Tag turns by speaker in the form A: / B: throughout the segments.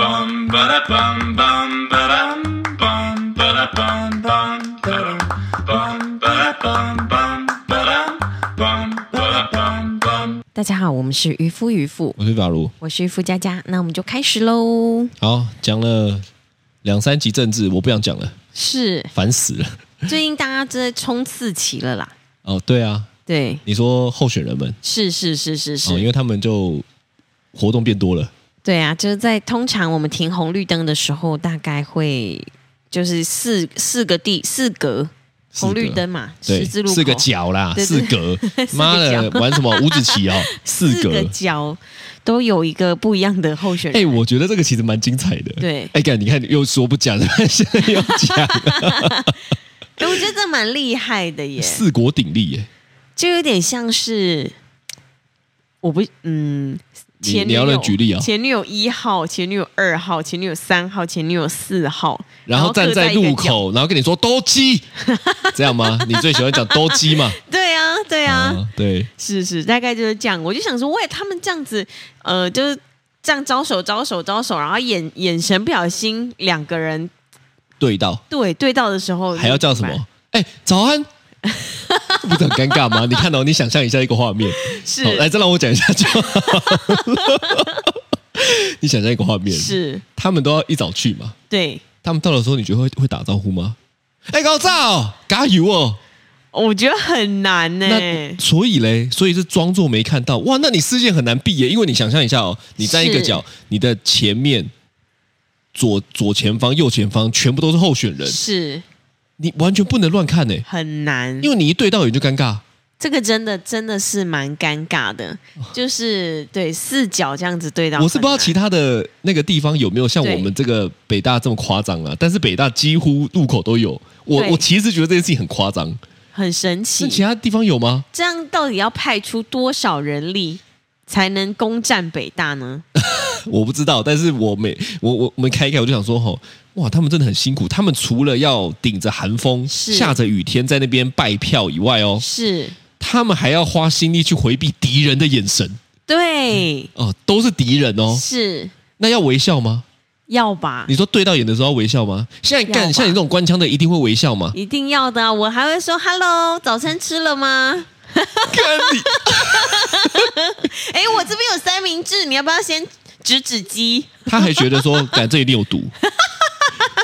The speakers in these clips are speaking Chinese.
A: bum ba da bum bum ba dum bum ba da bum bum ba dum bum ba da bum bum ba dum bum ba da bum bum
B: 大家好，我们是渔夫渔妇，
C: 我是法如。
B: 我是渔夫佳佳，那我们就开始喽。
C: 好，讲了两三集政治，我不想讲了，
B: 是，
C: 烦死了。
B: 最近大家真的冲刺期了啦。
C: 哦，对啊，
B: 对，
C: 你说候选人们，
B: 是是是是是，
C: 哦，因为他们就活动变多了，
B: 对啊，就是在通常我们停红绿灯的时候，大概会就是四四个地四格
C: 四
B: 红
C: 格
B: 绿灯嘛，
C: 对，
B: 十字路口
C: 四个角啦，
B: 对
C: 四格，妈的，玩什么五子棋 哦，
B: 四
C: 格
B: 个。角都有一个不一样的候选
C: 哎、
B: 人。
C: 我觉得这个其实蛮精彩的。
B: 对
C: 哎，干，你看又说不讲，现在又 讲，
B: 哎、我觉得这蛮厉害的耶，
C: 四国鼎立耶。
B: 就有点像是我不嗯。
C: 你
B: 前女
C: 你要
B: 友
C: 能举例啊
B: 前女友一号，前女友二号，前女友三号，前女友四号，
C: 然后站
B: 各在
C: 在
B: 一个
C: 路
B: 角。
C: 口，然后跟你说“多鸡”，这样吗？你最喜欢讲“多鸡”嘛？
B: 对啊，对啊，
C: 嗯，对，
B: 是是，大概就是这样。我就想说，喂，他们这样子，呃，就是这样招手、招手、招手，然后眼眼神不小心两个人
C: 对到。
B: 对对到的时候，
C: 还要叫什么？？哎、早 安，不是很尴尬吗？你看哦，你想象一下一个画面，
B: 是
C: 好，来，再让我讲一下就好。 你想象一个画面，
B: 是，
C: 他们都要一早去嘛？
B: 对，
C: 他们到的时候，你觉得会会打招呼吗？哎、高照，加油哦！
B: 我觉得很难呢、
C: 那所以嘞，所以是装作没看到哇？那你视线很难避耶，因为你想象一下哦，你站一个
B: 是
C: 角，你的前面、左左前方、右前方全部都是候选人，
B: 是
C: 你完全不能乱看呢，
B: 很难
C: 因，为你一对到眼就尴尬。
B: 这个真的真的是蛮尴尬的，就是对四角这样子对到，
C: 哦我是不知道其。他的那个地方有没有像
B: 对
C: 我们这个北大这么夸张啊，但是北大几乎路口都有。我
B: 对
C: 我其实觉得这件事情很夸张，
B: 很神奇
C: 那，其他地方有 吗？
B: 这样到底要派出多少人力才能攻占北大呢？
C: 我不知道，但是我每我我我们开一开我就想说吼，哇，他们真的很辛苦。他们除了要顶着寒风、
B: 是
C: 下着雨天在那边拜票以外哦，
B: 是，
C: 他们还要花心力去回避敌人的眼神
B: 对，
C: 哦，都是敌人哦。
B: 是
C: 那要微笑吗？
B: 要吧？
C: 你说对到眼的时候要微笑吗？现在
B: 要吧
C: 干像你这种官腔的一定会微笑吗？
B: 一定要的啊、我还会说 “hello”，早餐吃了吗？
C: 干 你！
B: 哎，我这边有三明治，你要不要先指指鸡，
C: 他还觉得说，感这一定有 毒，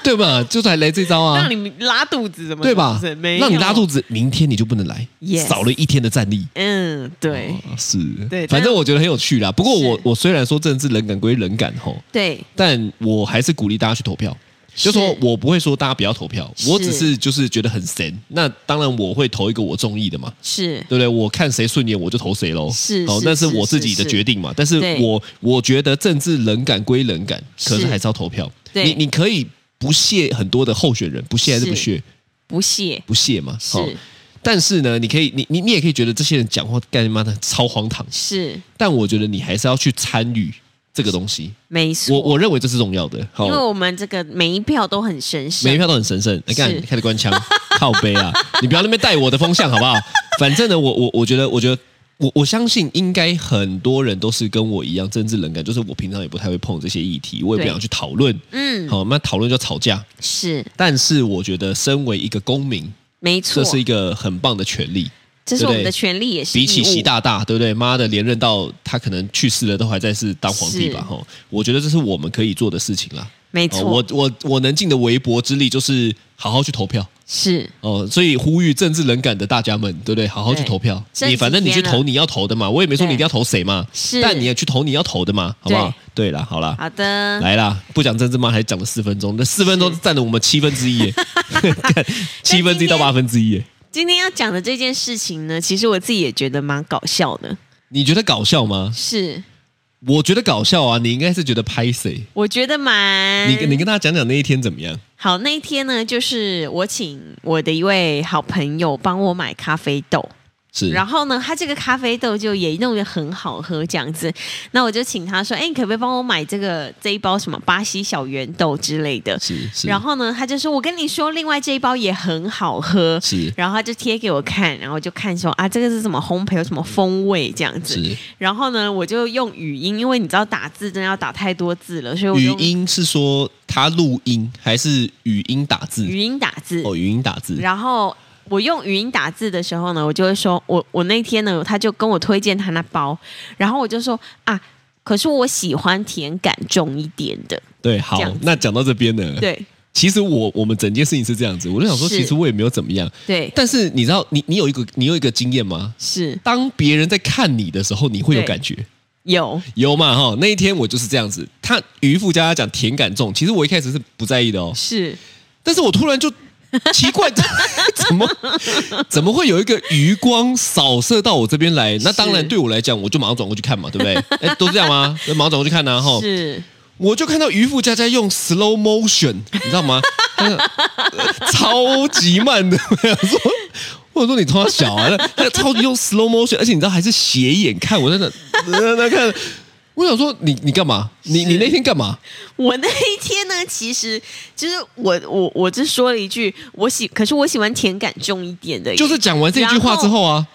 C: 对吧？就是还来这招啊
B: 让，你拉肚子怎么？
C: 对吧？
B: 没有
C: 让你拉肚。子，明天你就不能来
B: Yes
C: 少了一天的战力。
B: 嗯，对、
C: 哦是，
B: 对
C: 反
B: 但
C: 正我觉得很有趣啦。不过我
B: 是
C: 我虽然说政治冷感归冷感吼，
B: 对，
C: 但我还是鼓励大家去投票。就说
B: 是
C: 我不会说大家不要投票，
B: 是
C: 我只是就是觉得很神。那当然我会投一个我中意的嘛，
B: 是
C: 对不对？我看谁顺眼我就投谁喽。
B: 是
C: 哦
B: 是，
C: 那是
B: 是
C: 我自己
B: 是
C: 的
B: 是
C: 决定嘛。但是
B: 对
C: 我我觉得政治冷感归冷感，可
B: 是
C: 是还是要投票。
B: 对
C: 你你可以不屑很多的候选人，不屑还是不
B: 是
C: 屑？
B: 不屑，
C: 不屑嘛。
B: 是、
C: 哦但是呢，你可以，你你你也可以觉得这些人讲话干他妈的超荒唐，
B: 是
C: 但我觉得你还是要去参与这个东西。
B: 没错。
C: 我我认为这是重要的。好、
B: 因为我们这个每一票都很神圣，
C: 每一票都很神圣。你看
B: 是，
C: 开始官腔， 靠背啊！你不要那边带我的风向好不好？ 反正呢，我我我觉得，我觉得。我我相信应该很多人都是跟我一样政治冷感，就是我平常也不太会碰这些议题，我也不
B: 对
C: 想去讨论。
B: 嗯，
C: 好，那讨论就吵架。
B: 是
C: 但是我觉得，身为一个公民，
B: 没错，
C: 这是一个很棒的权利。
B: 这是我们的
C: 对
B: 权利，也是
C: 比起
B: 义务
C: 习大大，对不对？妈的，连任到他可能去世了，都还在是当皇帝吧？
B: 是
C: 哈，我觉得这是我们可以做的事情啦。
B: 没
C: 哦、
B: 错，
C: 我我我能尽的微薄之力，就是好好去投票
B: 是
C: 哦。所以呼吁政治冷感的大家们，对不对？好好去
B: 对
C: 投票。
B: 这
C: 你
B: 几
C: 反正你去
B: 天了
C: 投你要投的嘛，我也没说
B: 对
C: 你一定要投谁嘛，
B: 是，
C: 但你也去投你要投的嘛，好不好？对啦，好啦，
B: 好的，
C: 来啦，不讲政治嘛，还讲了四分钟，那四分钟
B: 是
C: 占了我们七分之一 耶，干七分之一到八分之一耶。
B: 今天要讲的这件事情呢，其实我自己也觉得蛮搞笑的。
C: 你觉得搞笑吗？
B: 是，
C: 我觉得搞笑啊，你应该是觉得拍谁？
B: 我觉得蛮……
C: 你跟你跟大家讲讲那一天怎么样？
B: 好，那一天呢，就是我请我的一位好朋友帮我买咖啡豆，
C: 是，
B: 然
C: 后
B: 后呢，他这个咖啡豆就也弄得很好喝这样子。那我就请他说：“哎、你可不可以帮我买这个这一包什么巴西小圆豆之类的
C: 是？”是，
B: 然后呢，他就说：“我跟你说，另外这一包也很好喝。”
C: 是
B: 然后他就贴给我看，然后我就看说啊，这个是什么烘焙，有什么风味这样子。
C: 是
B: 然后呢，我就用语音，因为你知道打字真的要打太多字了，所以我
C: 语
B: 用
C: 音是说他录音还是语音打字？
B: 语音打字。
C: 哦，语音打 字
B: 然后我用语音打字的时候呢，我就会说，我我那天呢，他就跟我推荐他那包，然后我就说啊，可是我喜欢甜感重一点的，
C: 对，好
B: 这样子，
C: 那讲到这边呢，
B: 对
C: 其实我我们整件事情是这样子，我就想说，
B: 是
C: 其实我也没有怎么样，
B: 对
C: 但是你知道，你你有一个你有一个经验吗？
B: 是
C: 当别人在看你的时候，你会有
B: 对
C: 感觉，
B: 有
C: 有嘛哈？那一天我就是这样子，他渔夫家他讲甜感重，其实我一开始是不在意的哦，
B: 是
C: 但是我突然就 奇怪， 怎么怎么会有一个余光扫射到我这边来？那当然
B: 是
C: 对我来讲，我就马上转过去看嘛，对不对？哎，都是这样吗？就马上转过去看呐、啊、哈。
B: 是
C: 我就看到渔夫家家用 slow motion，你知道吗？ 他是呃超级慢的，我 想说，我想说你他妈小啊，那他超级用 slow motion，而且你知道还是斜眼看，我在那那那看，我想说你你干嘛？你你那天干嘛？
B: 我那一天呢，其实就是我我我只说了一句，我喜，可是我喜欢甜感重一点的耶，
C: 就是讲完这句话之后啊，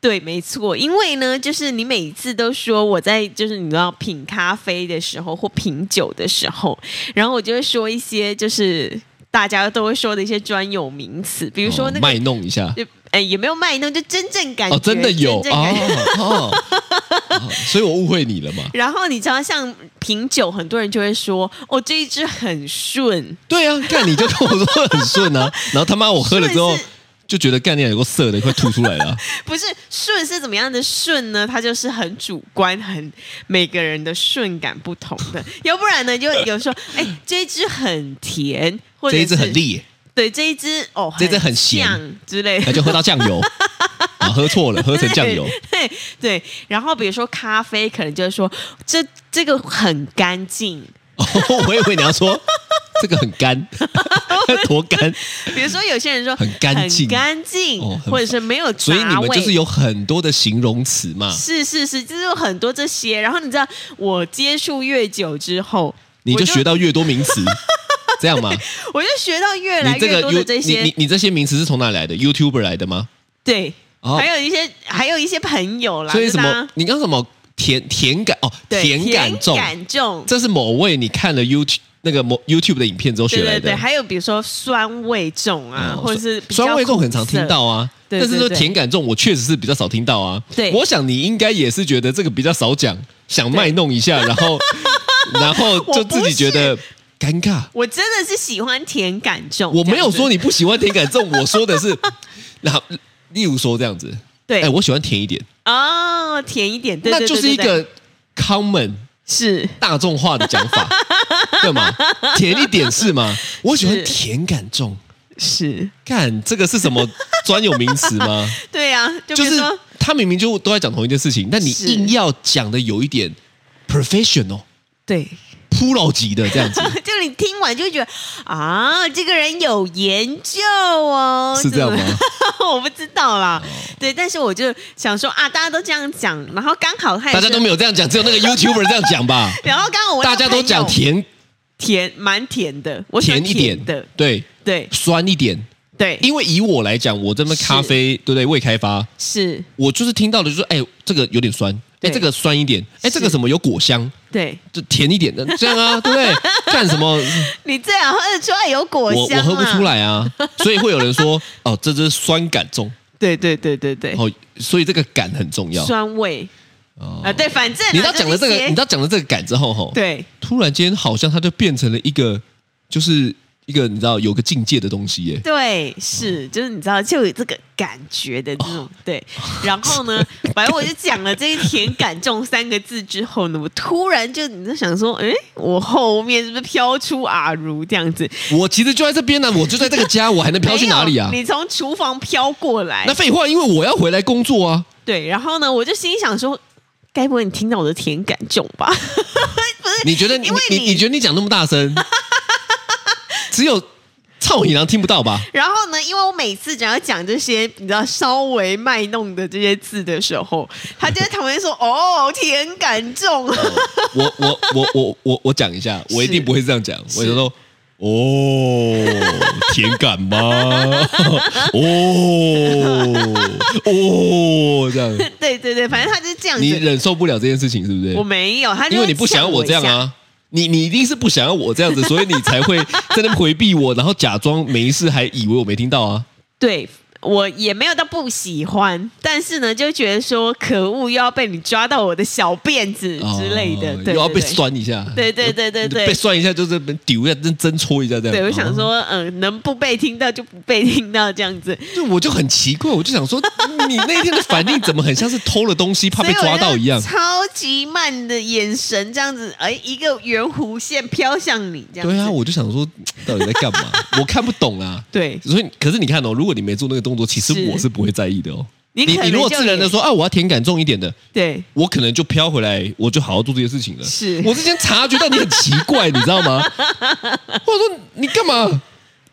B: 对，没错，因为呢，就是你每次都说我在，就是你知道品咖啡的时候或品酒的时候，然后我就会说一些就是大家都会说的一些专有名词，比如说
C: 哦
B: 那个，
C: 卖弄一下。
B: 就哎也没有卖弄，就真正感觉，
C: 哦，真的有
B: 真正感觉
C: 哦哦 哦，所以我误会你了嘛？
B: 然后你知道，像品酒，很多人就会说：“哦，这一支很顺。
C: 对啊，干你就跟我说很顺啊，然后他妈我喝了之后
B: 顺是
C: 就觉得干你有够涩的，快吐出来 了啊、”
B: 不是顺是怎么样的顺呢？它就是很主观，很每个人的顺感不同的。 要不然呢，就有时候哎，这一支很甜，或者
C: 这一支
B: 是
C: 很烈，
B: 对，这一支哦，
C: 这一支很咸
B: 酱之类
C: 那
B: 的。
C: 就喝到酱油啊，喝错 了，喝成酱油。
B: 对对对，然后比如说咖啡，可能就是说这这个很干净。
C: 哦， 我以为你要说这个很 干，多干，
B: 比如说有些人说
C: 很干净
B: 干净
C: 哦很
B: 或者是没有杂
C: 所
B: 味，
C: 以你们就是有很多的形容词嘛，
B: 是是是，就是有很多这些。然后你知道，我接触越久之后，
C: 你
B: 我
C: 就学到越多名词，这样嘛？
B: 我就学到越来
C: 你
B: 越
C: 个
B: 多的
C: You
B: 这
C: 你
B: 些，
C: 你你这些名词是从哪来的？YouTuber 来的吗？
B: 对，
C: 哦
B: 还有一些还有一些朋友啦，
C: 所以
B: 就
C: 什
B: 大
C: 么
B: 家？
C: 你刚刚什么甜甜感哦，
B: 啊对
C: 甜感重，
B: 感重，
C: 这是某位你看了 YouTube 那个某 YouTube 的影片之后学
B: 对
C: 来
B: 对
C: 的
B: 对，。还有比如说酸味重啊，
C: 哦
B: 或者是比较
C: 酸味重很常
B: 苦涩
C: 听到啊，
B: 对对
C: 但是说
B: 对
C: 甜感重，我确实是比较少听到啊。
B: 对
C: 我想你应该也是觉得这个比较少讲，想卖弄一下，然后 然后就自己觉得尴尬。
B: 我真的是喜欢甜感重，
C: 我没有说
B: 你
C: 你不喜欢甜感重，我说的是，那例如说这样子，
B: 对
C: 哎，我喜欢甜一点，
B: 哦，甜一点，对
C: 那
B: 对对
C: 就是一
B: 对对
C: 个 common
B: 是
C: 大众化的讲法，对吗？甜一点是吗？我喜欢
B: 是
C: 甜感重，
B: 是，
C: 看这个是什么专有名词吗？
B: 对啊，就比
C: 就
B: 如
C: 是
B: 说
C: 他明明就都在讲同一件事情，但你
B: 是
C: 硬要讲的有一点 professional、
B: 对，
C: pro 级的这 样子，
B: 就你听完就会觉得啊，这个人有研究哦，
C: 是这样吗？
B: 我不知道
C: 哦
B: 啦，对，但是我就想说啊，大家都这样讲，然后刚好他也
C: 大
B: 是
C: 家都没有这样讲，只有 那个 YouTuber 这样讲吧。
B: 然后刚好我那
C: 大
B: 个
C: 家都讲
B: 朋友
C: 甜
B: 甜，蛮甜的，我喜欢
C: 甜一点
B: 的，
C: 对，
B: 对
C: 酸一点。
B: 对，
C: 因为以我来讲，我这边
B: 是
C: 咖啡对不对未开发，
B: 是，
C: 我就是听到的就是，哎，这个有点酸，哎，
B: 对
C: 这个酸一点，
B: 是
C: 哎，这个什么有果香，
B: 对
C: 就甜一点的，这 样啊，对不对？干什么？
B: 你这样喝得出来有果
C: 我
B: 香、啊，
C: 我喝不出，来啊，所以会有人说，哦，这就是酸感重，
B: 对对对对对，
C: 哦，所以这个感很重要。哦
B: 酸味。啊、对，反正啊
C: 你知道讲了这个，
B: 就是一
C: 你
B: 些
C: 知道讲了这个感之后，吼，，
B: 对
C: 突然间好像它就变成了一个，就是一个你知道有个境界的东 西耶。
B: 对
C: 哦
B: 是，就是你知道就有这个感觉的这种、对。然后 呢，反正我就讲了这一“甜感重”三个字之后呢，我突然就你就想说，诶，我后面是不是飘出阿如这样子？
C: 我其实就在这边呢、啊我就在这个家，我还能飘去哪里啊
B: 没？有你从厨房飘过来
C: 那，废话，因为我要回来工作啊。
B: 对。然后呢，我就心里想说，该不会你听到我的甜感重吧？ 不是，
C: 你觉得你
B: 呃因为
C: 你
B: 你
C: 你觉得你讲那么大声，只有臭你娘听不到吧？
B: 然后呢，因为我每次只要讲这些你知道稍微卖弄的这些字的时候，他就在旁边说：“哦，甜感重。
C: 我我我我我我讲一下，我一定不会这样讲，我就说。哦，甜感吗？哦哦，这样”
B: 对对对，反正他就是这样
C: 你
B: 子。
C: 忍受不了这件事情是不是
B: 我？没有，他就
C: 因为你
B: 会
C: 不想要
B: 呛
C: 我
B: 我
C: 这样
B: 一下。
C: 啊，你你一定是不想要我这样子，所以你才会在那边回避我，然后假装没事，还以为我没听到啊。
B: 对我也没有到不喜欢，但是呢，就觉得说可恶，又要被你抓到我的小辫子之类的，
C: 哦
B: 对，
C: 又要
B: 对
C: 被
B: 对
C: 酸一下。
B: 对对对对对
C: 被酸一下就是丢一下，真真戳一下这样。
B: 对，我想
C: 哦
B: 说，嗯、能不被听到就不被听到这样子，
C: 就我就很奇怪，我就想说， 你那天的反应怎么很像是偷了东西 怕被
B: 所以我
C: 抓到
B: 就
C: 一样？
B: 超级慢的眼神这样子，哎，一个圆弧线飘向你这样子。
C: 对啊，我就想说，到底在干 嘛？我看不懂啊。
B: 对
C: 所以，可是你看哦，如果你没做那个动作，其实
B: 是
C: 我是不会在意的哦。
B: 你
C: 你
B: 可能
C: 如果
B: 就
C: 自然的
B: 也
C: 说，啊，我要甜感重一点的，
B: 对，
C: 我可能就飘回来，我就好好做这些事情了。
B: 是
C: 我之前察觉到你很奇怪，你知道 吗？我说你干嘛？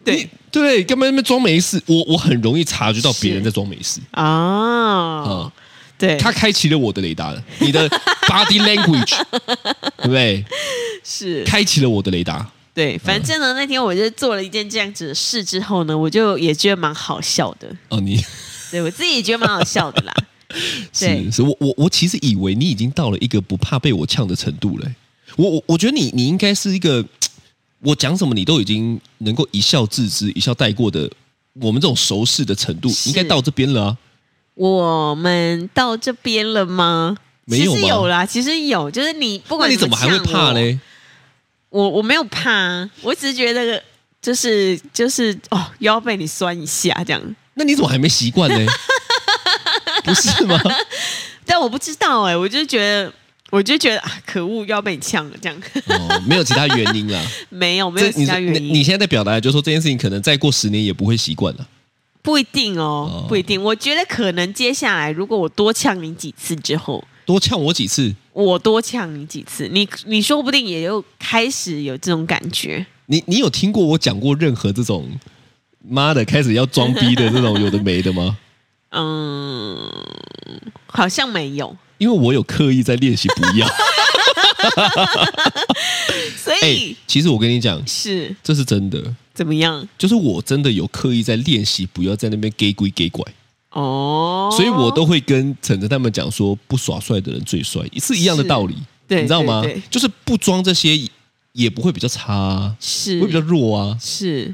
B: 对
C: 你对，干嘛在那边装没事？我我很容易察觉到别人
B: 是
C: 在装没事
B: 啊、
C: 啊、
B: 对，
C: 他开启了我的雷达了，你 的 body language，对不对？
B: 是
C: 开启了我的雷达。
B: 对，
C: 嗯
B: 反正呢，那天我就做了一件这样子的事之后呢，我就也觉得蛮好笑的，
C: 哦，你
B: 对我自己也觉得蛮好笑 的啦。对
C: 是是，我我我其实以为你已经到了一个不怕被我呛的程度了、我我我觉得你你应该是一个，我讲什么你都已经能够一笑置之、一笑带过的，我们这种熟识的程度，
B: 是
C: 应该到这边了啊。
B: 我们到这边了吗？
C: 没有
B: 其实
C: 吗
B: 有啦，其实有，就是你不
C: 那
B: 管
C: 你怎么还会
B: 呛
C: 怕
B: 我
C: 嘞？
B: 我我没有怕啊，我只是觉得就是就是哦，又要被你酸一下这样。
C: 那你怎么还没习惯嘞？ 不是吗？
B: 但我不知道哎、我就觉得，我就觉得啊，可恶，又要被你呛了这样。
C: 哦，没有其他原因啦。
B: 没有没
C: 这
B: 有其
C: 你
B: 他原
C: 你你
B: 因，
C: 现在在表达，就是说这件事情可能再过十年也不会习惯了。
B: 不一定哦
C: 哦，
B: 不一定。我觉得可能接下来，如果我多呛你几次之后，
C: 多呛我几次，
B: 我多呛你几次，你你说不定也有开始有这种感觉。
C: 你你有听过我讲过任何这种妈的开始要装逼的这种有的没 的吗？
B: 嗯，好像没有，
C: 因为我有刻意在练习不 要。
B: 所
C: 哎、
B: 以、
C: 其实我跟你讲，
B: 是
C: 这是真的，
B: 怎么样？
C: 就是我真的有刻意在练习不要在那边给鬼给拐，
B: 哦，
C: 所以我都会跟晨晨他们讲说，不耍帅的人最帅，是一样的道理，
B: 对
C: 你知道吗
B: 对对？
C: 就是不装这些也不会比较差、啊，
B: 是
C: 会比较弱啊。
B: 是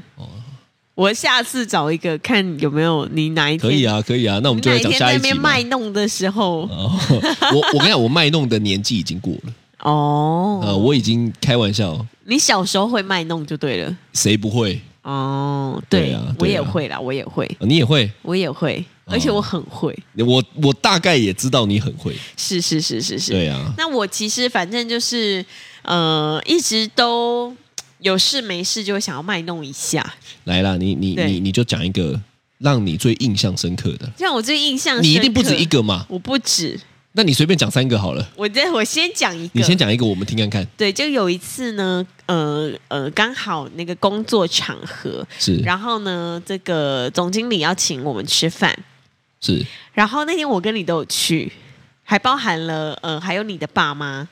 B: 我下次找一个看有没有你哪一天
C: 可以，啊，可以啊，那我
B: 我
C: 们就来
B: 哪一
C: 讲
B: 天
C: 下
B: 在
C: 一
B: 那
C: 集
B: 边
C: 嘛。
B: 卖弄的时候，
C: 哦， 我我跟你讲，我卖弄的年纪已经过了，
B: 哦，
C: 呃，我已经开玩笑，
B: 你小时候会卖弄就对了，
C: 谁不会？
B: 哦，
C: 对啊对啊哦
B: 我也会啦，我也会，
C: 你也会，
B: 我也会，而且我很会，
C: 我我大概也知道你很会，
B: 是是是是是，
C: 对啊，
B: 那我其实反正就是，呃，一直都有事没事就会想要卖弄一下。
C: 来啦，你你
B: 对
C: 你你就讲一个让你最印象深刻的，
B: 像我最印象，
C: 你一定不止一，个嘛，
B: 我不止，
C: 那你随便讲三个好了，
B: 我再我先讲一个，
C: 你先讲一个，我们听看看，
B: 对，就有一次呢，呃呃，刚好那个工作场合，
C: 是
B: 然后呢，这个总经理要请我们吃饭，
C: 是，
B: 然后那天我跟你都有去，还包含了呃，还有你的爸妈，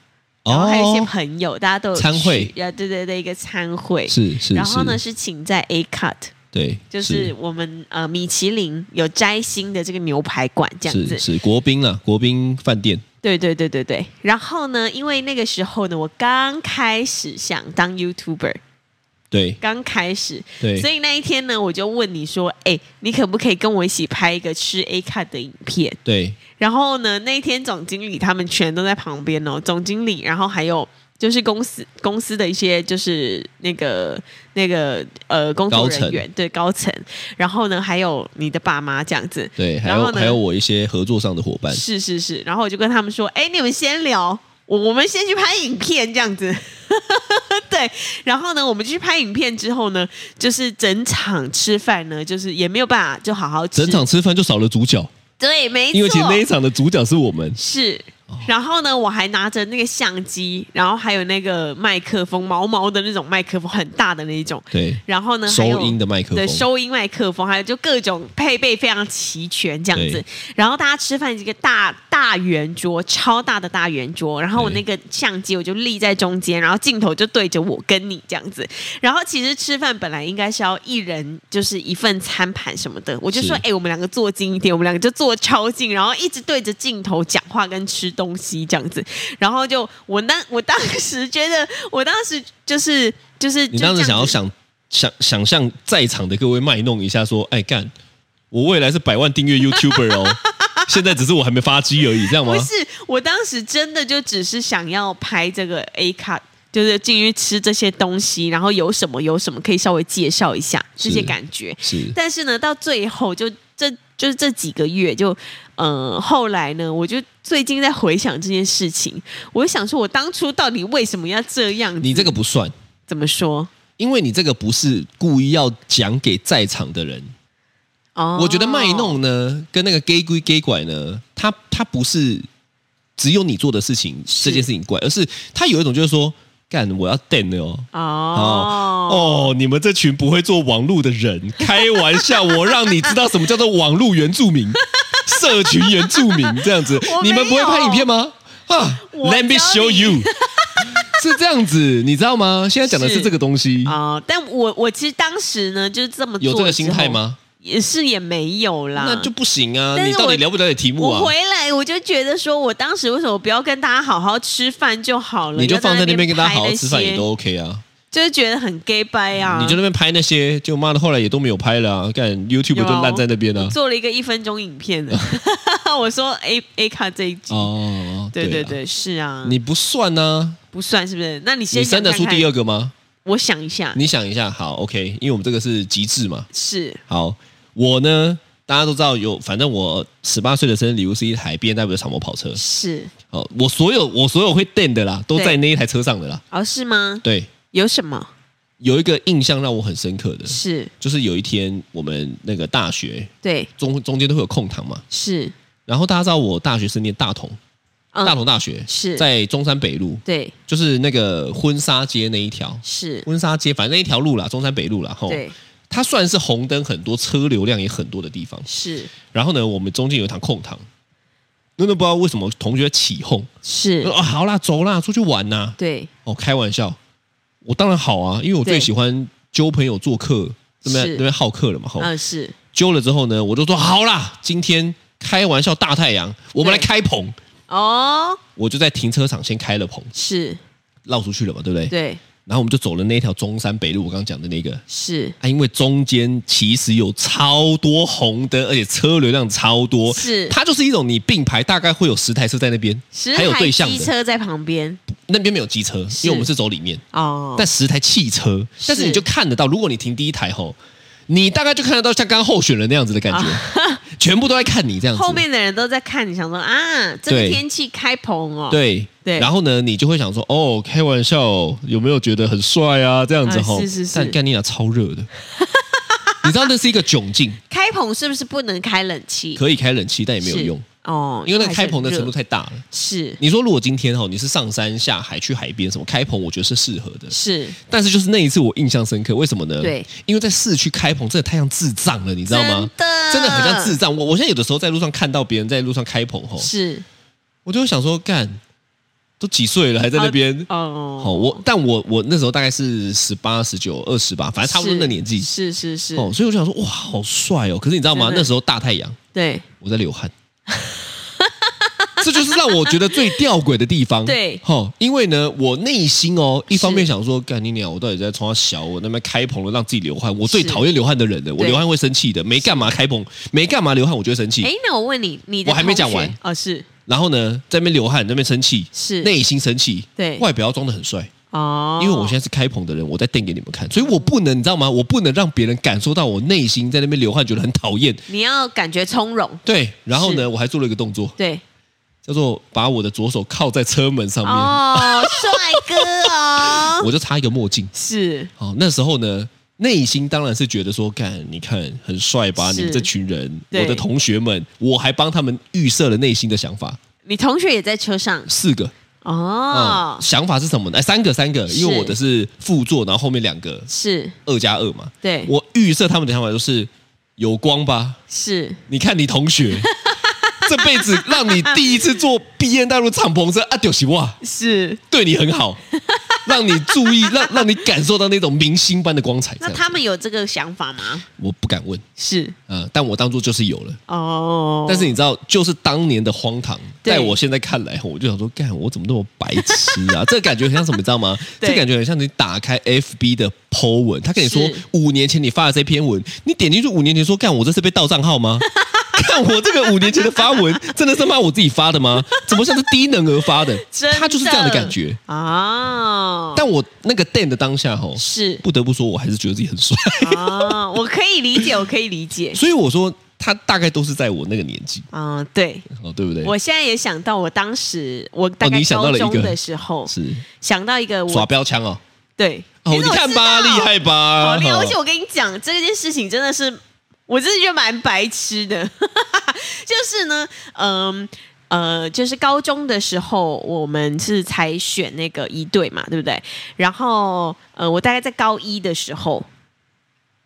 B: 然后还有一些
C: 哦，
B: 朋友，大家都有
C: 餐会
B: 去啊，对对对，一个餐会，
C: 是是，
B: 然后呢
C: 是，
B: 是请在 A Cut。
C: 对，
B: 就是我们呃米其林有摘星的这个牛排馆这样
C: 是
B: 子，
C: 是国宾啊，国宾饭店，
B: 对对对对对。然后呢，因为那个时候呢，我刚开始想当 YouTuber，
C: 对
B: 刚开始，
C: 对，
B: 所以那一天呢，我就问你说，哎，你可不可以跟我一起拍一个吃 A cut 的影片？
C: 对
B: 然后呢，那一天总经理他们全都在旁边哦，总经理，然后还有。就是公司公司的一些就是那个那个呃工作
C: 高层
B: 人员对高层，然后呢还有你的爸妈这样子，
C: 对，还
B: 然
C: 有
B: 后呢
C: 还有我一些合作上的伙伴，
B: 是是是，然后我就跟他们说：“哎，你们先聊，我我们先去拍影片这样子。” 对，然后呢，我们去拍影片之后呢，就是整场吃饭呢，就是也没有办法就好好吃。
C: 整场吃饭就少了主角，
B: 对，没错，
C: 因为其实那一场的主角是我们，
B: 是然后呢，我还拿着那个相机，然后还有那个麦克风，毛毛的那种麦克风，很大的那一种。
C: 对
B: 然后呢，
C: 收
B: 还有
C: 音的麦克风
B: 对，收音麦克风，还有就各种配备非常齐全这样子
C: 对。
B: 然后大家吃饭一个大大圆桌，超大的大圆桌。然后我那个相机我就立在中间，然后镜头就对着我跟你这样子。然后其实吃饭本来应该是要一人就是一份餐盘什么的，我就是说，哎、我们两个坐近一点，我们两个就坐超近，然后一直对着镜头讲话跟吃东西这样子。然后就我当我当时觉得，我当时就是就是
C: 你当时想要。想想想象在场的各位卖弄一下，说：“哎干，我未来是百万订阅 YouTuber 哦， 现在只是我还没发机而已，这样吗
B: 不是，我当时真的就只是想要拍这个 A 卡，就是进去吃这些东西，然后有什么有什么可以稍微介绍一下这些
C: 是
B: 感觉。？”
C: 是，
B: 但是呢，到最后就这就是这几个月就，呃，后来呢，我就最近在回想这件事情，我就想说，我当初到底为什么要这样子？
C: 你这个不算，
B: 怎么说？
C: 因为你这个不是故意要讲给在场的人。
B: 哦
C: 我觉得卖弄呢，跟那个 gay 归 gay 拐呢，它它不是只有你做的事情，这件事情怪，而是它有一种就是说，干我要 d 的哦。
B: 哦
C: 哦哦！你们这群不会做网络的人，开玩笑，我让你知道什么叫做网络原住民、社群原住民这样子
B: 我。没
C: 你
B: 有
C: 们不会拍影片吗？啊
B: 我
C: ，Let me
B: 教
C: show
B: 你
C: you，是这样子，你知道吗？现在讲的是
B: 是
C: 这个东 西，
B: 哦，但我我其实当时呢，就是这么做
C: 有这个
B: 之
C: 心态
B: 后？
C: 吗？
B: 也是也没有啦，
C: 那就不行啊！
B: 但是
C: 你到底
B: 我
C: 了不了解题目啊？
B: 我回来我就觉得说，我当时为什么不要跟大家好好吃饭就好了？
C: 你就放在
B: 那
C: 那边跟大家好好吃
B: 拍
C: 饭
B: 那
C: 也
B: 些
C: 都 OK 啊。
B: 就是觉得很 gay 掰啊。
C: 你就那边拍那些，就妈的后来也都没有拍了啊，干 YouTube
B: 有啊
C: 都烂在那边啊。
B: 做了一个一分钟影片的， 我说 A A 卡这一集，
C: 嗯哦，
B: 对对
C: 啦，
B: 对，是啊，
C: 你不算啊呢、
B: 不算是不是？那你先
C: 你生得出第
B: 二，
C: 二个吗？
B: 我想一下，
C: 你想一下，好，OK，因为我们这个是极致嘛。
B: 是
C: 好，我呢，大家都知道有，反正我十八岁的生日礼物是一台 B N W 的敞篷跑车。
B: 是，
C: 哦，我所有我所有会电的啦，都
B: 对
C: 在那一台车上的啦。
B: 哦是吗？
C: 对，
B: 有什么
C: 有一个印象让我很深刻的，
B: 是？
C: 就是有一天我们那个大学
B: 对，
C: 中中间都会有空堂嘛，
B: 是，
C: 然后大家知道我大学是念大同，大同大学
B: 嗯是
C: 在中山北路，
B: 对
C: 就是那个婚纱街那一条，
B: 是，
C: 婚纱街反正那一条路啦，中山北路啦，吼，
B: 对
C: 它算是红灯很多，车流量也很多的地方。
B: 是
C: 然后呢，我们中间有一堂空堂，真的不知道为什么同学起哄，
B: 是
C: 说，哦，好啦，走啦，出去玩呐，
B: 对
C: 哦，开玩笑，我当然好啊，因为我最
B: 对
C: 喜欢揪朋友做客，那边
B: 是
C: 那边好客了嘛，吼，
B: 嗯是
C: 揪了之后呢，我就说好啦，今天开玩笑大太阳，我们来
B: 对
C: 开棚。
B: 哦
C: 我就在停车场先开了棚，
B: 是，
C: 绕出去了嘛，对不对？
B: 对
C: 然后我们就走了那条中山北路，我刚刚讲的那个
B: 是
C: 啊，因为中间其实有超多红灯，而且车流量超多，
B: 是
C: 它就是一种你并排大概会有十台车在那边，
B: 十
C: 还有
B: 台
C: 对象
B: 机
C: 的，
B: 车在旁边
C: 那边没有机车，因为我们是走里面，
B: 哦，
C: 但十台汽车，但是你就看得到，如果你停第一台吼，你大概就看得到像刚刚候选人那样子的感觉， 全部都在看你这样子，
B: 啊后面的人都在看你，想说啊，这个
C: 对
B: 天气开棚哦，
C: 对
B: 对
C: 然后呢，你就会想说，哦，开玩笑，有没有觉得很帅啊？这样子
B: 啊
C: 吼，
B: 是是是
C: 但干你俩超热的，你知道那是一个窘境，
B: 开棚是不是不能开冷气？
C: 可以开冷气，但也没有
B: 是
C: 用，
B: 哦，
C: 因为那个开棚的程度
B: 还
C: 太大了。
B: 是很热
C: 你说如果今天吼你是上山下海去海边什么开棚，我觉得是适合的。
B: 是是，
C: 但是就是那一次我印象深刻，为什么呢？
B: 对，
C: 因为在市区开棚真的太像智障了，你知道吗？
B: 真的
C: 真的很像智障。我我现在有的时候在路上看到别人在路上开棚吼，
B: 是
C: 我就会想说，干，都几岁了还在那边，
B: 哦，
C: 好、我但我我那时候大概是十八、十九、二十吧，反正差不多
B: 是
C: 那年纪。
B: 是是是，
C: 哦，所以我就想说，哇，好帅哦！可是你知道吗？
B: 真的
C: 那时候大太阳，
B: 对
C: 我在流汗， 这就是让我觉得最吊诡的地方。
B: 对
C: 哦，因为呢，我内心哦，一方面
B: 是
C: 想说，干你娘，我到底在冲他小，我那边开棚了，让自己流汗，我最
B: 是
C: 讨厌流汗的人了，我
B: 对
C: 流汗会生气的，没干嘛开棚，没干嘛流汗，我就会生气。
B: 哎，那我问你，你的
C: 我还没讲完
B: 同学哦，是
C: 然后呢，在那边流汗，在那边生气，
B: 是
C: 内心生气，
B: 对
C: 外表要装的很帅。
B: 哦，
C: 因为我现在是开棚的人，我在电给你们看，所以我不能，你知道吗？我不能让别人感受到我内心在那边流汗，觉得很讨厌。
B: 你要感觉从容，
C: 对，然后
B: 是
C: 呢，我还做了一个动作，
B: 对
C: 叫做把我的左手靠在车门上面，
B: 哦，帅哥哦，
C: 我就插一个墨镜。
B: 是
C: 好，那时候呢，内心当然是觉得说，干，你看很帅吧？
B: 是
C: 你们这群人，
B: 对
C: 我的同学们，我还帮他们预设了内心的想法。
B: 你同学也在车上
C: 四个。
B: 哦
C: 嗯，，想法是什么呢？哎，三个，三个，因为
B: 是
C: 我的是副座，然后后面两个
B: 是
C: 二加二嘛。
B: 对，
C: 我预设他们的想法就是有光吧？
B: 是
C: 你看你同学 这辈子让你第一次坐 B N 大陆敞篷车啊，丢西哇，
B: 是。
C: 对你很 好，让你注意，让让你感受到那种明星般的光彩。这
B: 那
C: 样
B: 他们有这个想法吗？
C: 我不敢问，
B: 是
C: 呃，但我当做就是有了。
B: 哦，
C: 但是你知道，就是当年的荒唐，
B: 对
C: 在我现在看来，我就想说，干，我怎么那么白痴 啊？这个感觉很像什么，你知道吗？
B: 对
C: 这感觉很像你打开 FB 的 Po 文，他跟你说
B: 是
C: 五年前你发的这篇文，你点进去五年前说，干，我这是被盗账 号吗？看我这个五年前的发文，真的是骂我自己发的吗？怎么像是低能儿发的？
B: 真的
C: 他就是这样的感觉。
B: 哦，
C: 但我那个 Dan 的当下吼，
B: 是
C: 不得不说，我还是觉得自己很帅。
B: 哦，我可以理解，我可以理解。
C: 所以我说，他大概都是在我那个年纪
B: 嗯，对，
C: 哦，对不对？
B: 我现在也想到我当时我大概
C: 你想到
B: 高
C: 了一个
B: 中的时候，
C: 是
B: 想到一个
C: 耍
B: 我
C: 标枪哦。
B: 对，
C: 哦，
B: 其
C: 你
B: 实我
C: 看
B: 知
C: 吧，
B: 道
C: 厉害吧？哦
B: 好厉害！
C: 哈
B: 而且我跟你讲，这件事情真的是，我真的觉得蛮白痴的。 就是呢，嗯呃，就是高中的时候，我们是才选那个一队嘛，对不对？然后呃，我大概在高一的时候，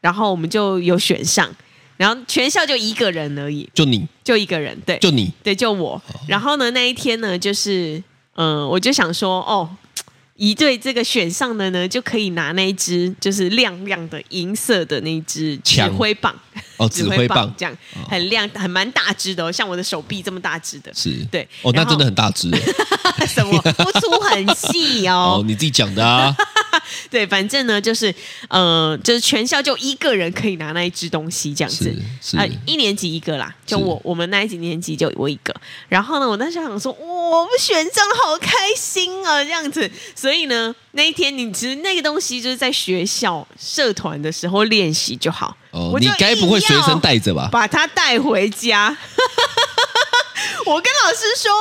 B: 然后我们就有选上，然后全校就一个人而已，
C: 就你
B: 就一个人，对，
C: 就你
B: 对，就
C: 哦
B: 我。然后呢，那一天呢，就是嗯、呃我就想说，哦，一对这个选上的呢，就可以拿那一支就是亮亮的银色的那一支指
C: 枪
B: 挥棒，
C: 哦，指挥棒
B: 这样
C: 哦
B: 很亮，很蛮大只的哦，像我的手臂这么大只的。
C: 是，
B: 对
C: 哦，那
B: 然后
C: 真的很大只耶
B: 什 么不出很细
C: 哦
B: 哦，，
C: 你自己讲 的啊，
B: 对，反正呢就是，呃，就是全校就一个人可以拿那一支东西这样子
C: 是，是
B: 啊、一年级一个啦，就是我我们那一几年级就我一个。然后呢，我当时想说，哇，我们选上好开心啊，这样子。所以呢，那一天你其实那个东西就是在学校社团的时候练习就好。
C: 哦
B: 我，就
C: 你该不会随身带着吧？
B: 把它带回家。 我跟老师说，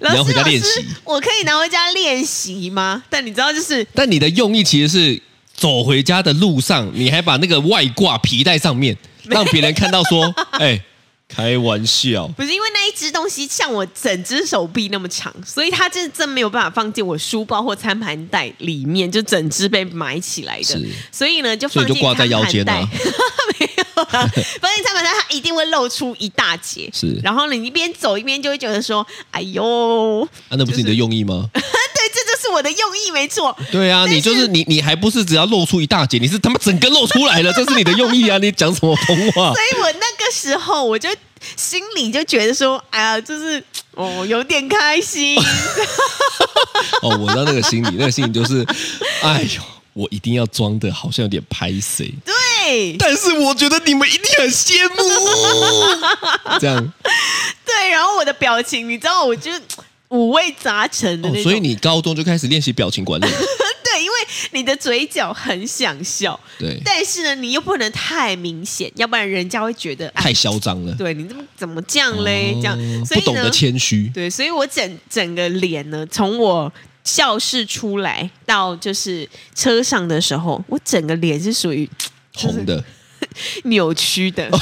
B: 老
C: 你要回
B: 师
C: 家
B: 老
C: 练
B: 师
C: 习，
B: 我可以拿回家练习吗？但你知道，就是
C: 但你的用意其实是走回家的路上，你还把那个外挂皮带上面，让别人看到 说，哎，开玩笑，啊
B: 不是因为那一只东西像我整只手臂那么长，所以它就是真没有办法放进我书包或餐盘袋里面，就整只被埋起来的
C: 是。
B: 所以呢，就
C: 所
B: 放
C: 以就
B: 进
C: 挂在腰间啊
B: 餐盘袋 没有啦，放进餐盘袋，它一定会露出一大截。
C: 是
B: 然后你一边走一边就会觉得说：“哎呦，
C: 啊，那不是你的用意吗？
B: 对，这就是我的用意，没错。”
C: 对啊，你就是你，你还不是只要露出一大截，你是他妈整个露 出来了，这是你的用意啊！你讲什么疯话？
B: 所以我那个时候我就心里就觉得说，哎呀，就是哦，有点开 心，
C: 哦，我知道那个心理，那个心理就是，哎呦，我一定要装的好像有点拍谁，
B: 对
C: 但是我觉得你们一定很羡慕， 这样。
B: 对。然后我的表情，你知道，我 就五味杂陈的
C: 哦
B: 那种。，
C: 所以你高中就开始练习表情管理，
B: 对，因为你的嘴角很想笑，
C: 对，
B: 但是呢，你又不能太明显，要不然人家会觉得，哎，
C: 太嚣张了，
B: 对你怎么怎么这样嘞？这样
C: 哦，
B: 所
C: 不
B: 以
C: 懂
B: 呢
C: 得谦虚，
B: 对，所以我整整个脸呢，从我教室出来到就是车上的时候，我整个脸是属于就是
C: 红的。
B: 扭曲的，
C: 哦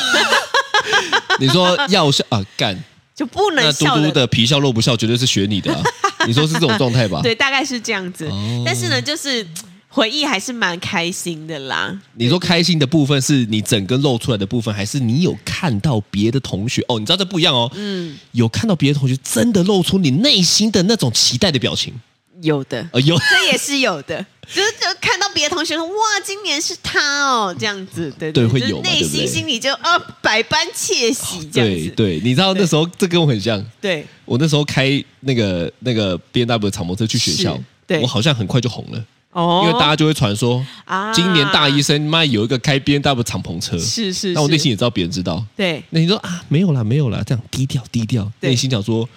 C: 你说要笑啊，干
B: 就不能
C: 那嘟
B: 笑
C: 嘟的皮笑肉不笑，绝对是学你的啊。你说是这种状态吧？
B: 对，大概是这样子。
C: 哦
B: 但是呢，就是回忆还是蛮开心的啦。
C: 你说开心的部分是你整个露出来的部分，还是你有看到别的同学？哦，你知道这不一样哦。嗯，有看到别的同学真的露出你内心的那种期待的表情。
B: 有的，
C: 呃，有，
B: 这也是有的，就是就看到别的同学说哇，今年是他哦，这样子，对
C: 对会
B: 就是
C: 有嘛
B: 内
C: 对不
B: 心
C: 对
B: 心里就啊百般窃喜 这样
C: 对
B: 子，
C: 对，你知道那时候这跟我很像。
B: 对
C: 我那时候开那个那个 B N W 敞篷车去学校
B: 是，对
C: 我好像很快就红了，
B: 哦
C: 因为大家就会传说
B: 啊
C: 今年大一生妈有一个开 B N W 敞篷车，
B: 是是，
C: 那我内
B: 是
C: 心也知道别人知道，
B: 对
C: 那你说啊，没有啦，没有啦，这样低调低调，
B: 对
C: 内心想说，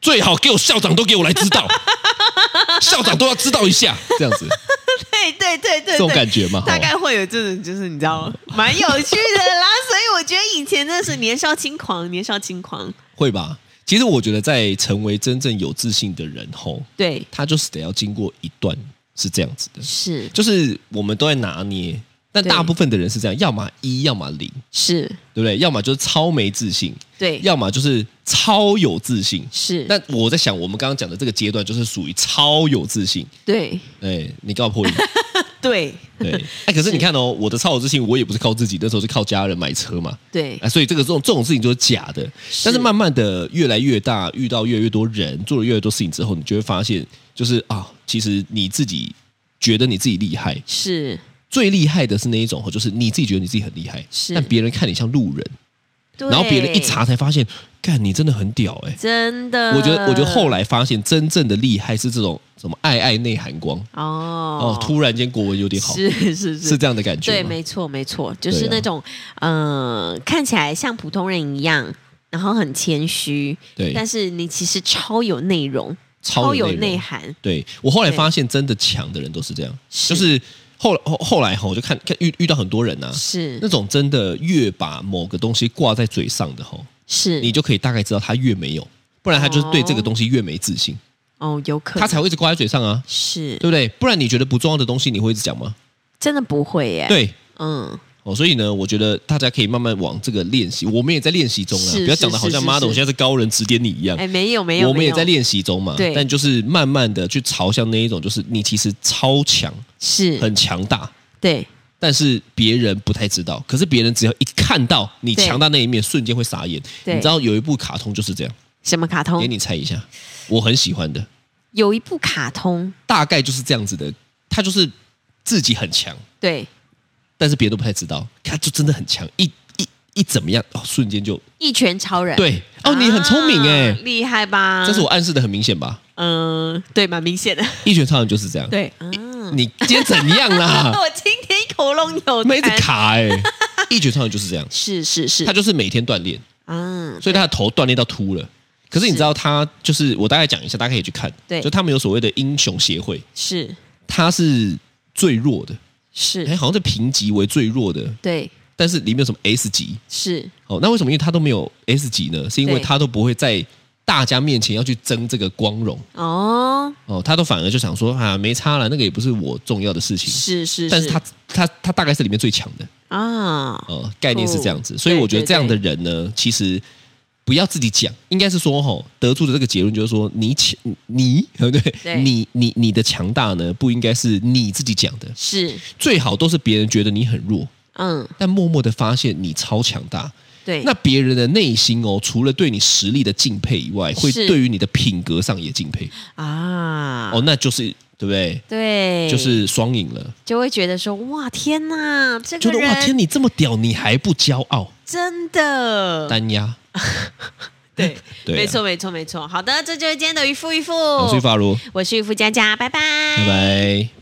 C: 最好给我校长都给我来知 道，校长都要知道一下，这样子，
B: 对对对对，
C: 这种
B: 对
C: 感觉嘛
B: 大
C: 哦
B: 概会有这种，就是你知道吗？蛮有趣的啦。所以我觉得以前真的是年少轻狂，年少轻狂，
C: 会吧？其实我觉得，在成为真正有自信的人后，
B: 对，
C: 他就是得要经过一段是这样子的，
B: 是
C: 就是我们都在拿捏但
B: 对
C: 大部分的人是这样，要么一，要么零，
B: 是，
C: 对不对？要么就是超没自信，
B: 对，
C: 要么就是超有自信。
B: 是，
C: 但我在想，我们刚刚讲的这个阶段就是属于超有自信。
B: 对
C: 哎，你告破音。
B: 对
C: 对，哎，可是你看哦，我的超有自信，我也不是靠自己，那时候是靠家人买车嘛。
B: 对
C: 啊，所以这个这种这种事情就是假的。但是慢慢的越来越大，遇到越来越多人，做了越来越多事情之后，你就会发现，就是啊，其实你自己觉得你自己厉害，
B: 是，
C: 最厉害的是那一种，哦就是你自己觉得你自己很厉害，
B: 是
C: 但别人看你像路人，
B: 对
C: 然后别人一，查才发现，干你真的很屌哎、
B: 真的，
C: 我觉得，我觉得后来发现，真正的厉害是这种什么爱爱内涵光
B: 哦
C: 哦，突然间国文有点好，
B: 是是
C: 是这样的感觉吗
B: 对，没错，没错，就
C: 对
B: 是
C: 啊
B: 那种，嗯、呃，看起来像普通人一样，然后很谦虚，
C: 对
B: 但是你其实超有内容，
C: 超
B: 有
C: 有内容
B: 内涵，
C: 对我后来
B: 对
C: 发现，真的强的人都是这样，
B: 是
C: 就是后后后来哈，我就看看遇遇到很多人呐、啊，那
B: 是
C: 种真的越把某个东西挂在嘴上的吼，
B: 是，
C: 你就可以大概知道他越没有，不然他就是对这个东西越没自信，
B: 哦，有可能
C: 他才会一直挂在嘴上啊，
B: 是
C: 对不对？不然你觉得不重要的东西，你会一直讲吗？
B: 真的不会耶，，
C: 对。
B: 嗯，
C: 哦，所以呢，我觉得大家可以慢慢往这个练习，我们也在练习中啊，
B: 是
C: 不要讲的
B: 是
C: 好像
B: 是
C: 妈的，
B: 是
C: 我现在是高人指点你一样。
B: 哎，没有没有，
C: 我们也
B: 没有
C: 在，练习中嘛，
B: 对
C: 但就是慢慢的去朝向那一种，就是你其实超强，
B: 是，
C: 很强大，
B: 对，
C: 但是别人不太知道。可是别人只要一看到你
B: 对
C: 强大那一面，瞬间会傻眼。
B: 对哦
C: 你知道有一部卡通就是这样，
B: 什么卡
C: 给
B: 通？
C: 你猜一下，我很喜欢的，
B: 有一部卡通，
C: 大概就是这样子的。他就是自己很强，
B: 对，
C: 但是别人都不太知道，他就真的很强，一一一怎么样，哦，瞬间就
B: 一拳超人，
C: 对哦，你很聪明哎、
B: 啊厉害吧？
C: 这是我，暗示的很明显吧？
B: 嗯、对，蛮明显的，
C: 一拳超人就是这样，
B: 对，嗯。
C: 你今天怎样 啦？
B: 我今天喉咙有
C: 妹子
B: 痰，
C: 卡 哎、一拳超人就是这样，
B: 是是是，
C: 他就是每天锻炼。
B: 嗯，
C: 所以他的头锻炼到秃了。可是你知道他就是我大概讲一下，大家可以去看，
B: 对
C: 就他们有所谓的英雄协会，
B: 是
C: 他是最弱的，哎，
B: 是，
C: 好像在评级为最弱的，
B: 对，
C: 但是里面有什么 S 级？
B: 是
C: 哦，那为什么因为他都没有 S 级呢？是因为
B: 对
C: 他都不会在大家面前要去争这个光荣
B: 哦，
C: 哦，他都反而就想说啊，没差了，那个也不是我重要的事情。
B: 是是，
C: 但是他他他大概是里面最强的
B: 啊，
C: 哦，概念是这样子，
B: 哦
C: 所以我觉得
B: 对对
C: 这样的人呢，其实不要自己讲，应该是说吼，得出的这个结论就是说，你强你哦对不对？
B: 对
C: 你你你的强大呢，不应该是你自己讲的，
B: 是，
C: 最好都是别人觉得你很弱，
B: 嗯，
C: 但默默的发现你超强大。
B: 对，
C: 那别人的内心哦，除了对你实力的敬佩以外，会
B: 是
C: 对于你的品格上也敬佩
B: 啊，
C: 哦，那就是对不对？
B: 对，
C: 就是双赢了，
B: 就会觉得说，哇，天哪，这
C: 觉
B: 个
C: 得哇天，
B: 人
C: 你这么屌，你还不骄傲？
B: 真的，
C: 单压，
B: 对，
C: 对
B: 嗯
C: 啊
B: 没错，没错，没错。好的，这就是今天的渔夫渔夫，
C: 我是法如，
B: 我是渔夫佳佳，拜拜，
C: 拜。拜。